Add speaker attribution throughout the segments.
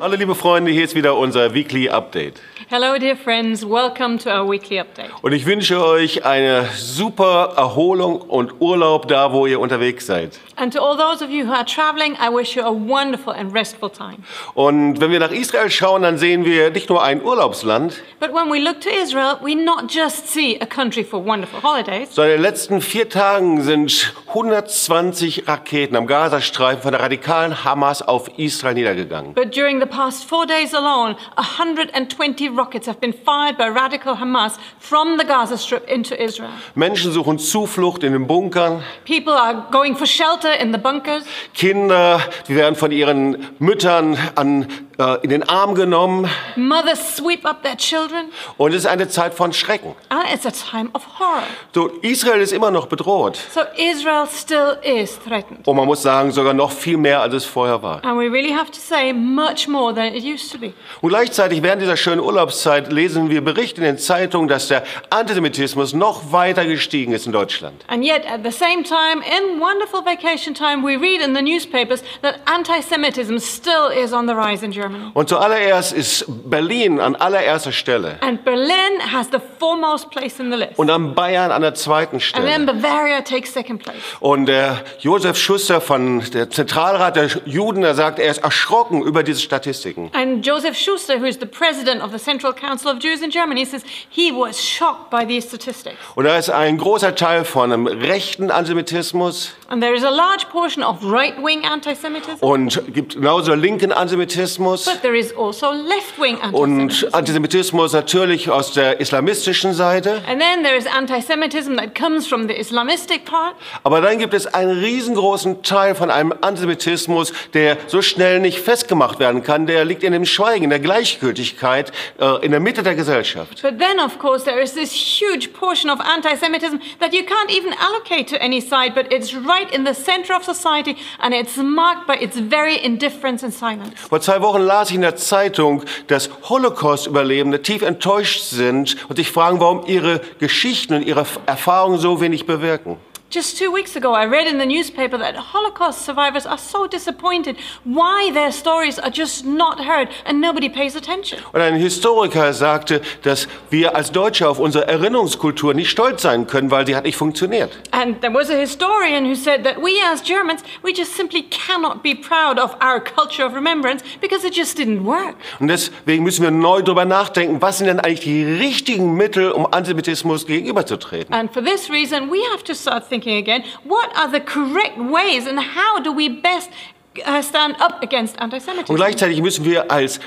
Speaker 1: Hallo liebe Freunde, hier ist wieder unser Weekly Update.
Speaker 2: Hello, dear friends. Welcome to our weekly update.
Speaker 1: Und ich wünsche euch eine super Erholung und Urlaub da, wo ihr unterwegs seid.
Speaker 2: And to all those of you who are traveling, I wish you a wonderful and restful time.
Speaker 1: Und wenn wir nach Israel schauen, dann sehen wir nicht nur ein Urlaubsland,
Speaker 2: But when we look to Israel, we not just see a country for wonderful holidays,
Speaker 1: sondern in den letzten vier Tagen sind 120 Raketen am Gazastreifen von der radikalen Hamas auf Israel niedergegangen.
Speaker 2: but during the past four days alone, 120 rockets have been fired by radical Hamas from the Gaza Strip into Israel.
Speaker 1: Menschen suchen Zuflucht in den Bunkern,
Speaker 2: People are going for shelter in the bunkers.
Speaker 1: Kinder, die werden von ihren Müttern an, äh, in den Arm genommen.
Speaker 2: Mothers sweep up their children.
Speaker 1: Und es ist eine Zeit von Schrecken.
Speaker 2: And it's a time of horror.
Speaker 1: So, Israel ist immer noch bedroht.
Speaker 2: So Israel still is threatened.
Speaker 1: Und man muss sagen, sogar noch viel mehr, als es vorher war.
Speaker 2: And we really have to say much more than it used to be.
Speaker 1: Und gleichzeitig während dieser schönen Urlaubszeit lesen wir Berichte in den Zeitungen, dass der Antisemitismus noch weiter gestiegen ist in Deutschland.
Speaker 2: And yet, at the same time, in wonderful vacation time, we read in the newspapers that anti Semitism still is on the rise in Germany.
Speaker 1: Und zuallererst ist Berlin an allererster Stelle
Speaker 2: And Berlin has the foremost place in the list.
Speaker 1: und dann Bayern an der zweiten
Speaker 2: And then
Speaker 1: Stelle.
Speaker 2: Bavaria takes second place.
Speaker 1: Und der Josef Schuster von der Zentralrat der Juden, er sagt, er ist erschrocken über diese Statistiken.
Speaker 2: And Joseph Schuster, who is the president of the Central Council of Jews in Germany, says he was shocked by these statistics.
Speaker 1: Und da ist ein großer Teil von einem rechten Antisemitismus
Speaker 2: And there is a large portion of right wing anti Semitism,
Speaker 1: und gibt genauso linken Antisemitismus.
Speaker 2: but there is also left wing anti Semitism.
Speaker 1: Und Antisemitismus natürlich aus der islamistischen Seite.
Speaker 2: And then there is anti Semitism that comes from the Islamistic part.
Speaker 1: Aber dann gibt es einen riesengroßen Teil von einem Antisemitismus, der so schnell nicht festgemacht werden kann. Der liegt in dem Schweigen, in der Gleichgültigkeit, äh, in der Mitte der Gesellschaft.
Speaker 2: But then, of course, there is this huge portion of anti Semitism that you can't even allocate to any side, but it's right in the center of society and it's marked by its very indifference and silence.
Speaker 1: Vor zwei Wochen las ich in der Zeitung, dass Holocaust-Überlebende tief enttäuscht sind und sich fragen, warum ihre Geschichten und ihre Erfahrungen so wenig bewirken.
Speaker 2: Just two weeks ago, I read in the newspaper that Holocaust survivors are so disappointed why their stories are just not heard and nobody pays attention.
Speaker 1: Und ein Historiker sagte, dass wir als Deutsche auf unsere Erinnerungskultur nicht stolz sein können, weil sie hat nicht funktioniert.
Speaker 2: And there was a historian who said that we as Germans, we just simply cannot be proud of our culture of remembrance because it just didn't work.
Speaker 1: Und deswegen müssen wir neu darüber nachdenken, was sind denn eigentlich die richtigen Mittel, um Antisemitismus gegenüberzutreten.
Speaker 2: And for this reason, we have to start thinking again what are the correct ways and how do we best uh, stand up against anti
Speaker 1: Und
Speaker 2: Semitism?
Speaker 1: gleichzeitig müssen wir als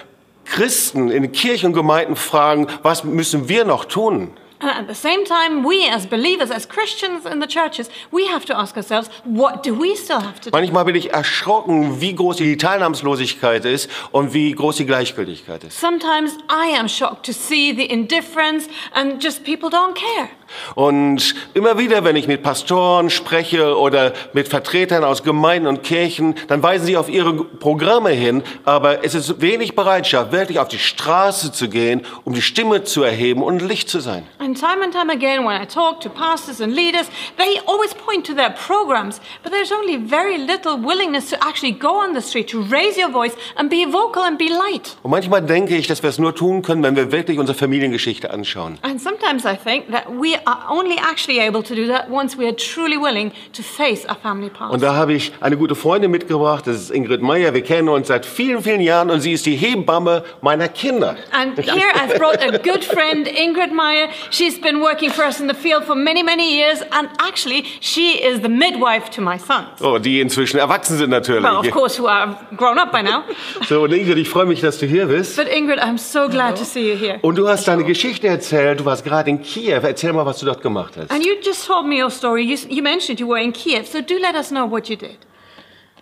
Speaker 1: Christen in Kirchen und Gemeinden fragen, was müssen wir noch tun?
Speaker 2: And at the same time, we as believers, as Christians in the churches, we have to ask ourselves what do we still have to do?
Speaker 1: Manchmal bin ich erschrocken, wie groß die Teilnahmslosigkeit ist und wie groß die Gleichgültigkeit ist.
Speaker 2: Sometimes I am shocked to see the indifference and just people don't care.
Speaker 1: Und immer wieder, wenn ich mit Pastoren spreche oder mit Vertretern aus Gemeinden und Kirchen, dann weisen sie auf ihre Programme hin, aber es ist wenig Bereitschaft, wirklich auf die Straße zu gehen, um die Stimme zu erheben und Licht zu sein.
Speaker 2: And time and time again, when I talk to pastors and leaders, they always point to their programs, but there's only very little willingness to actually go on the street, to raise your voice and be vocal and be light.
Speaker 1: Und manchmal denke ich, dass wir es nur tun können, wenn wir wirklich unsere Familiengeschichte anschauen.
Speaker 2: And sometimes I think that we are only actually able to do that once we are truly willing to face our family past.
Speaker 1: Und da habe ich eine gute Freundin mitgebracht, das ist Ingrid Meyer. Wir kennen uns seit vielen, vielen Jahren und sie ist die Hebamme meiner Kinder.
Speaker 2: And here I've brought a good friend, Ingrid Meyer. She's been working for us in the field for many, many years, and actually, she is the midwife to my sons.
Speaker 1: Oh, die inzwischen erwachsen sind natürlich.
Speaker 2: Well, of course, who are grown up by now.
Speaker 1: So, und Ingrid, ich freue mich, dass du hier bist.
Speaker 2: But Ingrid, I'm so glad to see you here.
Speaker 1: Und du hast deine Geschichte erzählt, du warst gerade in Kiew. Erzähl mal, was du dort gemacht hast.
Speaker 2: And you just told me your story. You, you mentioned you were in Kiev, so do let us know what you did.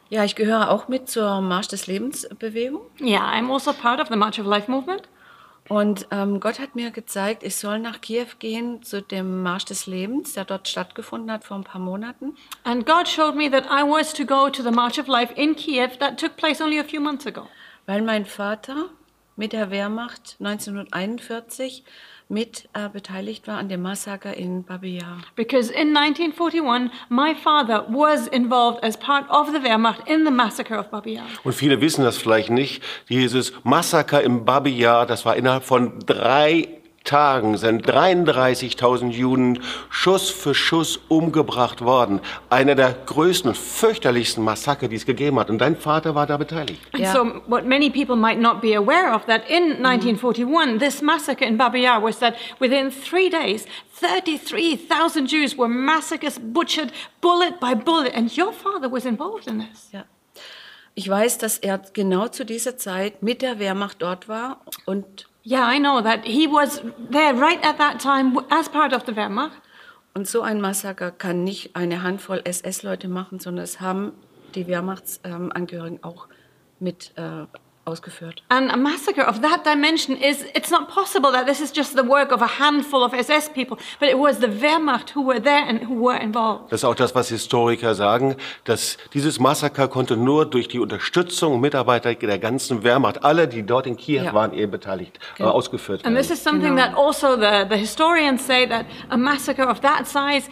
Speaker 3: Ja, ich gehöre auch mit zur Marsch des Lebens Bewegung.
Speaker 2: Yeah, I'm also part of the March of Life movement.
Speaker 3: Und ähm, Gott hat mir gezeigt, ich soll nach Kiew gehen zu dem Marsch des Lebens, der dort stattgefunden hat vor ein paar Monaten.
Speaker 2: And God showed me that I was to go to the March of Life in Kiev that took place only a few months ago.
Speaker 3: Weil mein Vater mit der Wehrmacht 1941 mit äh, beteiligt war an dem Massaker in Babi Yar.
Speaker 2: Because in 1941, my father was involved as part of the Wehrmacht in the massacre of Babi Yar.
Speaker 1: Und viele wissen das vielleicht nicht. Dieses Massaker im Babi Yar, das war innerhalb von drei Tagen sind 33.000 Juden Schuss für Schuss umgebracht worden. Einer der größten und fürchterlichsten Massaker, die es gegeben hat. Und dein Vater war da beteiligt.
Speaker 2: And
Speaker 3: Yeah.
Speaker 2: so, what many people might not be aware of, that in 1941, this massacre in Babi Yar was that within three days, 33,000 Jews were massacred, butchered, bullet by bullet, and your father was involved in this.
Speaker 3: Ja. Ich weiß, dass er genau zu dieser Zeit mit der Wehrmacht dort war und,
Speaker 2: Yeah, I know that he was there right at that time w- as part of the Wehrmacht.
Speaker 3: und so ein Massaker kann nicht eine Handvoll SS-Leute machen, sondern es haben die Wehrmachtsangehörigen auch mit äh, ausgeführt.
Speaker 2: And a massacre of that dimension is, it's not possible that this is just the work of a handful of SS people, but it was the Wehrmacht who were there and who were involved.
Speaker 1: Das ist auch das, was Historiker sagen, dass dieses Massaker konnte nur durch die Unterstützung und Mitarbeiter der ganzen Wehrmacht, alle, die dort in Kiew
Speaker 3: Ja.
Speaker 1: waren, eben beteiligt, äh, ausgeführt
Speaker 2: And
Speaker 1: werden.
Speaker 2: this is something that also the, the historians say that a massacre of that size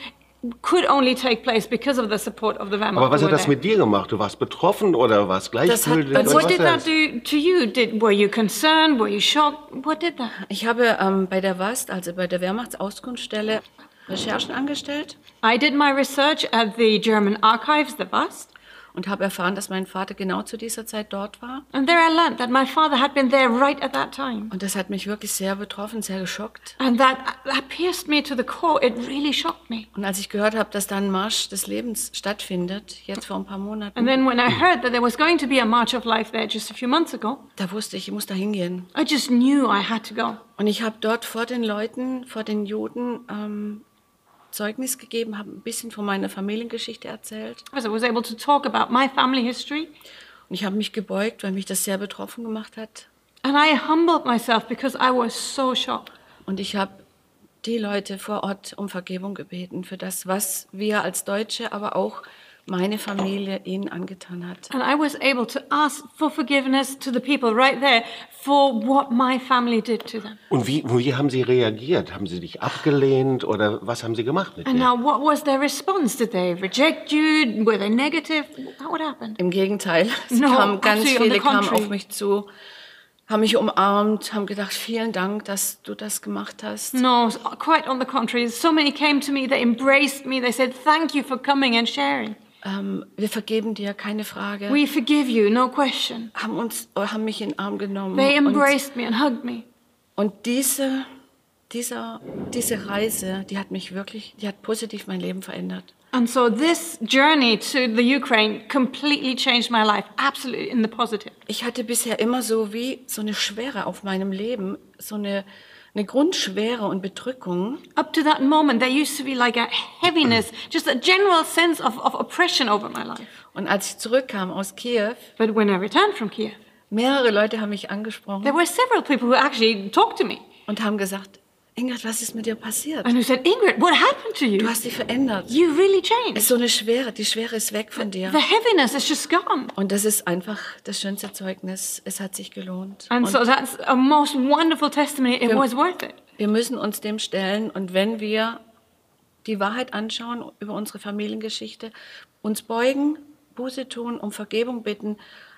Speaker 2: could only take place because of the support of the Wehrmacht.
Speaker 1: Aber was
Speaker 2: who
Speaker 1: hat
Speaker 2: were
Speaker 1: das
Speaker 2: there.
Speaker 1: mit dir gemacht? Du warst betroffen oder was? Gleichgültig?
Speaker 3: But
Speaker 1: oder
Speaker 2: What
Speaker 1: was
Speaker 2: did that
Speaker 1: denn?
Speaker 2: do to you? Did, were you concerned? Were you shocked? What did that?
Speaker 3: Ich habe ähm, bei der WAST, also bei der Wehrmachtsauskunftsstelle, Recherchen angestellt
Speaker 2: I did my research at the German archives, the Bast.
Speaker 3: und habe erfahren, dass mein Vater genau zu dieser Zeit dort war.
Speaker 2: And there I learnt that my father had been there right at that time.
Speaker 3: Und das hat mich wirklich sehr betroffen, sehr geschockt.
Speaker 2: And that, that pierced me to the core. It really shocked me.
Speaker 3: Und als ich gehört habe, dass da ein Marsch des Lebens stattfindet, jetzt vor ein paar Monaten,
Speaker 2: And then when I heard that there was going to be a March of Life there just a few months ago,
Speaker 3: da wusste ich, ich muss da hingehen.
Speaker 2: I just knew I had to go.
Speaker 3: Und ich habe dort vor den Leuten, vor den Juden ähm, Zeugnis gegeben, habe ein bisschen von meiner Familiengeschichte erzählt.
Speaker 2: As I was able to talk about my family history,
Speaker 3: Und ich habe mich gebeugt, weil mich das sehr betroffen gemacht hat.
Speaker 2: and I humbled myself because I was so shocked.
Speaker 3: Und ich habe die Leute vor Ort um Vergebung gebeten für das, was wir als Deutsche, aber auch meine Familie ihnen angetan hat.
Speaker 2: And I was able to ask for forgiveness to the people right there for what my family did to them.
Speaker 1: Und wie, wie haben sie reagiert? Haben sie dich abgelehnt oder was haben sie gemacht mit
Speaker 2: And
Speaker 1: dir?
Speaker 2: now, what was their response? Did they reject you? Were they negative? What happened?
Speaker 3: Im Gegenteil, es
Speaker 2: No,
Speaker 3: kamen ganz
Speaker 2: absolutely on
Speaker 3: viele
Speaker 2: the
Speaker 3: kamen
Speaker 2: contrary.
Speaker 3: auf mich zu, haben mich umarmt, haben gedacht, vielen Dank, dass du das gemacht hast.
Speaker 2: No, s- quite on the contrary. So many came to me, they embraced me, they said, Thank you for coming and sharing.
Speaker 3: Ähm, wir vergeben dir, keine Frage.
Speaker 2: We forgive you, no question.
Speaker 3: haben uns, äh, haben mich in den Arm genommen.
Speaker 2: They
Speaker 3: Und,
Speaker 2: embraced me and hugged me.
Speaker 3: und diese, dieser, diese Reise, die hat mich wirklich, die hat positiv mein Leben verändert.
Speaker 2: And so this journey to the Ukraine completely changed my life, absolutely in the positive.
Speaker 3: Ich hatte bisher immer so wie so eine Schwere auf meinem Leben, so eine, eine Grundschwere und Bedrückung.
Speaker 2: Up to that moment, there used to be like a heaviness, just a general sense of, of oppression over my life.
Speaker 3: Und als ich zurückkam aus Kiew,
Speaker 2: But when I returned from Kiev,
Speaker 3: mehrere Leute haben mich
Speaker 2: there
Speaker 3: angesprochen
Speaker 2: were several people who actually talked to me
Speaker 3: und haben gesagt, Ingrid, was ist mit dir passiert?
Speaker 2: and who said, Ingrid, what happened to
Speaker 3: Du
Speaker 2: you?
Speaker 3: hast dich verändert.
Speaker 2: You really changed.
Speaker 3: Es ist so eine Schwere, die Schwere ist weg von dir.
Speaker 2: The heaviness is just gone.
Speaker 3: Und das ist einfach das schönste Zeugnis. Es hat sich gelohnt.
Speaker 2: And
Speaker 3: Und
Speaker 2: so that's a most wonderful testimony. It was worth it.
Speaker 3: Wir müssen uns dem stellen und wenn wir die Wahrheit anschauen über unsere Familiengeschichte, uns beugen, Buße tun, um Vergebung bitten,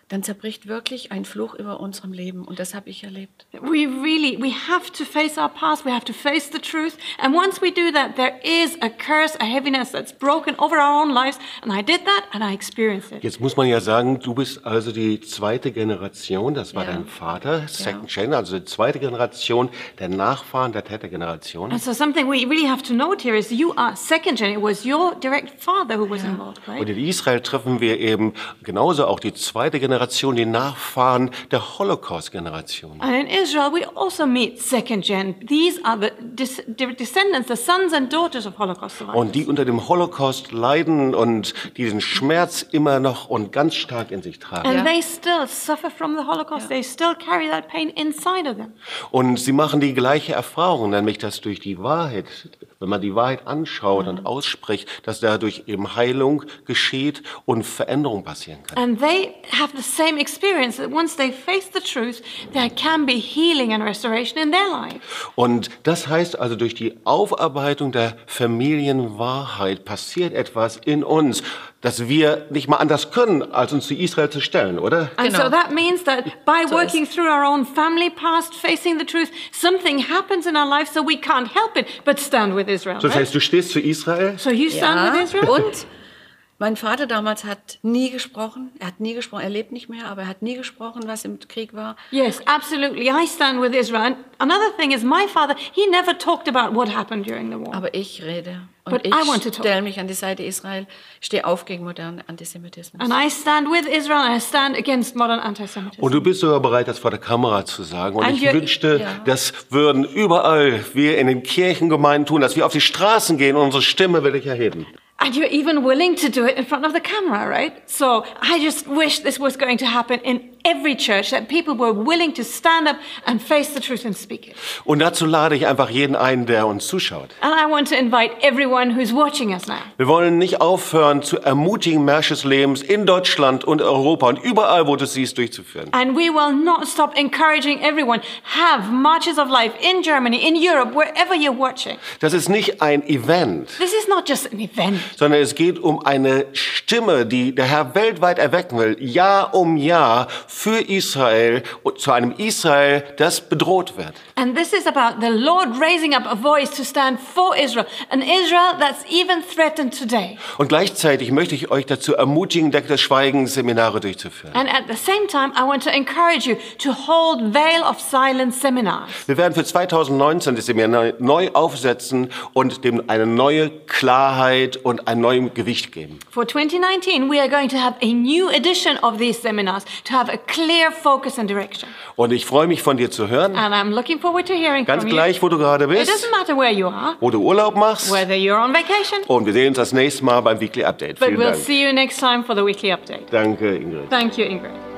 Speaker 3: dann zerbricht wirklich ein Fluch über unserem Leben und das habe ich erlebt.
Speaker 2: We really, we have to face our past. We have to face the truth. And once we do that, there is a curse, a heaviness that's broken over our own lives. And I did that and I experienced it.
Speaker 1: Jetzt muss man ja sagen, du bist also die zweite Generation, das war
Speaker 3: Ja.
Speaker 1: dein Vater, Second Gen, also die zweite Generation der Nachfahren der Tätergeneration.
Speaker 3: Also
Speaker 2: And so something we really have to note here is you are second gen. It was your direct father who was involved,
Speaker 1: Und
Speaker 2: right?
Speaker 1: in Israel treffen wir eben genauso auch die zweite Generation, die Nachfahren der Holocaust-Generation.
Speaker 2: And in Israel, we also meet second gen. These are the des- de- descendants, the sons and daughters of Holocaust survivors.
Speaker 1: Und die unter dem Holocaust leiden und diesen Schmerz immer noch und ganz stark in sich tragen.
Speaker 2: And
Speaker 3: Yeah.
Speaker 2: they still suffer from the Holocaust. They still carry that pain inside of them.
Speaker 1: Und sie machen die gleiche Erfahrung, nämlich dass durch die Wahrheit wenn man die Wahrheit anschaut und ausspricht, dass dadurch eben Heilung geschieht und Veränderung passieren kann.
Speaker 2: And they have the same experience that once they face the truth, there can be healing and restoration in their life.
Speaker 1: Und das heißt also, durch die Aufarbeitung der Familienwahrheit passiert etwas in uns, dass wir nicht mal anders können, als uns zu Israel zu stellen, oder?
Speaker 2: And so
Speaker 3: Genau.
Speaker 2: that means that by
Speaker 3: So
Speaker 2: working through our own family past, facing the truth, something happens in our life so we can't help it but stand with Israel.
Speaker 1: So, das
Speaker 2: right?
Speaker 1: heißt, du stehst zu Israel?
Speaker 2: So you stand
Speaker 3: Ja,
Speaker 2: with Israel?
Speaker 3: und mein Vater damals hat nie gesprochen. Er hat nie gesprochen. Er lebt nicht mehr, aber er hat nie gesprochen, was im Krieg war.
Speaker 2: Yes, absolutely. I stand with Israel. And another thing is, my father, he never talked about what happened during the war.
Speaker 3: Aber ich rede.
Speaker 2: But
Speaker 3: Und
Speaker 2: I want to
Speaker 3: ich
Speaker 2: talk.
Speaker 3: stelle mich an die Seite Israel. Ich stehe auf gegen modernen Antisemitismus.
Speaker 2: And I stand with Israel and I stand against modern anti Semitism.
Speaker 1: Und du bist sogar bereit, das vor der Kamera zu sagen. Und
Speaker 2: Ein
Speaker 1: ich
Speaker 2: Jür-
Speaker 1: wünschte,
Speaker 3: ja.
Speaker 1: das würden überall wir in den Kirchengemeinden tun, dass wir auf die Straßen gehen und unsere Stimme will ich erheben.
Speaker 2: And you're even willing to do it in front of the camera, right? So I just wish this was going to happen in every church, that people were willing to stand up and face the truth and speak it.
Speaker 1: Und dazu lade ich einfach jeden ein, der uns zuschaut.
Speaker 2: And I want to invite everyone who's watching us now.
Speaker 1: Wir wollen nicht aufhören, zu ermutigen Märsch des Lebens in Deutschland und Europa und überall, wo du es siehst, durchzuführen.
Speaker 2: And we will not stop encouraging everyone. Have marches of life in Germany, in Europe, wherever you're watching.
Speaker 1: Das ist nicht ein Event,
Speaker 2: This is not just an event.
Speaker 1: sondern es geht um eine Stimme, die der Herr weltweit erwecken will, Jahr um Jahr für Israel und zu einem Israel, das bedroht wird.
Speaker 2: And this is about the Lord raising up a voice to stand for Israel, an Israel that's even threatened today.
Speaker 1: Und gleichzeitig möchte ich euch dazu ermutigen, Decke des Schweigens Seminare durchzuführen.
Speaker 2: And at the same time, I want to encourage you to hold Veil of Silence seminars.
Speaker 1: Wir werden für 2019 das Seminar neu aufsetzen und dem eine neue Klarheit und ein neues Gewicht geben.
Speaker 2: For 2019, we are going to have a new edition of these seminars to have a clear focus and direction.
Speaker 1: Und ich freue mich von dir zu hören.
Speaker 2: And I'm looking forward to hearing
Speaker 1: Ganz
Speaker 2: from
Speaker 1: gleich, wo du gerade
Speaker 2: you. It
Speaker 1: bist,
Speaker 2: doesn't matter where you are,
Speaker 1: wo du Urlaub machst.
Speaker 2: whether you're on vacation,
Speaker 1: Und wir sehen uns das nächste Mal beim Weekly Update.
Speaker 2: but
Speaker 1: Vielen
Speaker 2: we'll
Speaker 1: Dank.
Speaker 2: see you next time for the weekly update.
Speaker 1: Danke, Ingrid.
Speaker 2: Thank you, Ingrid.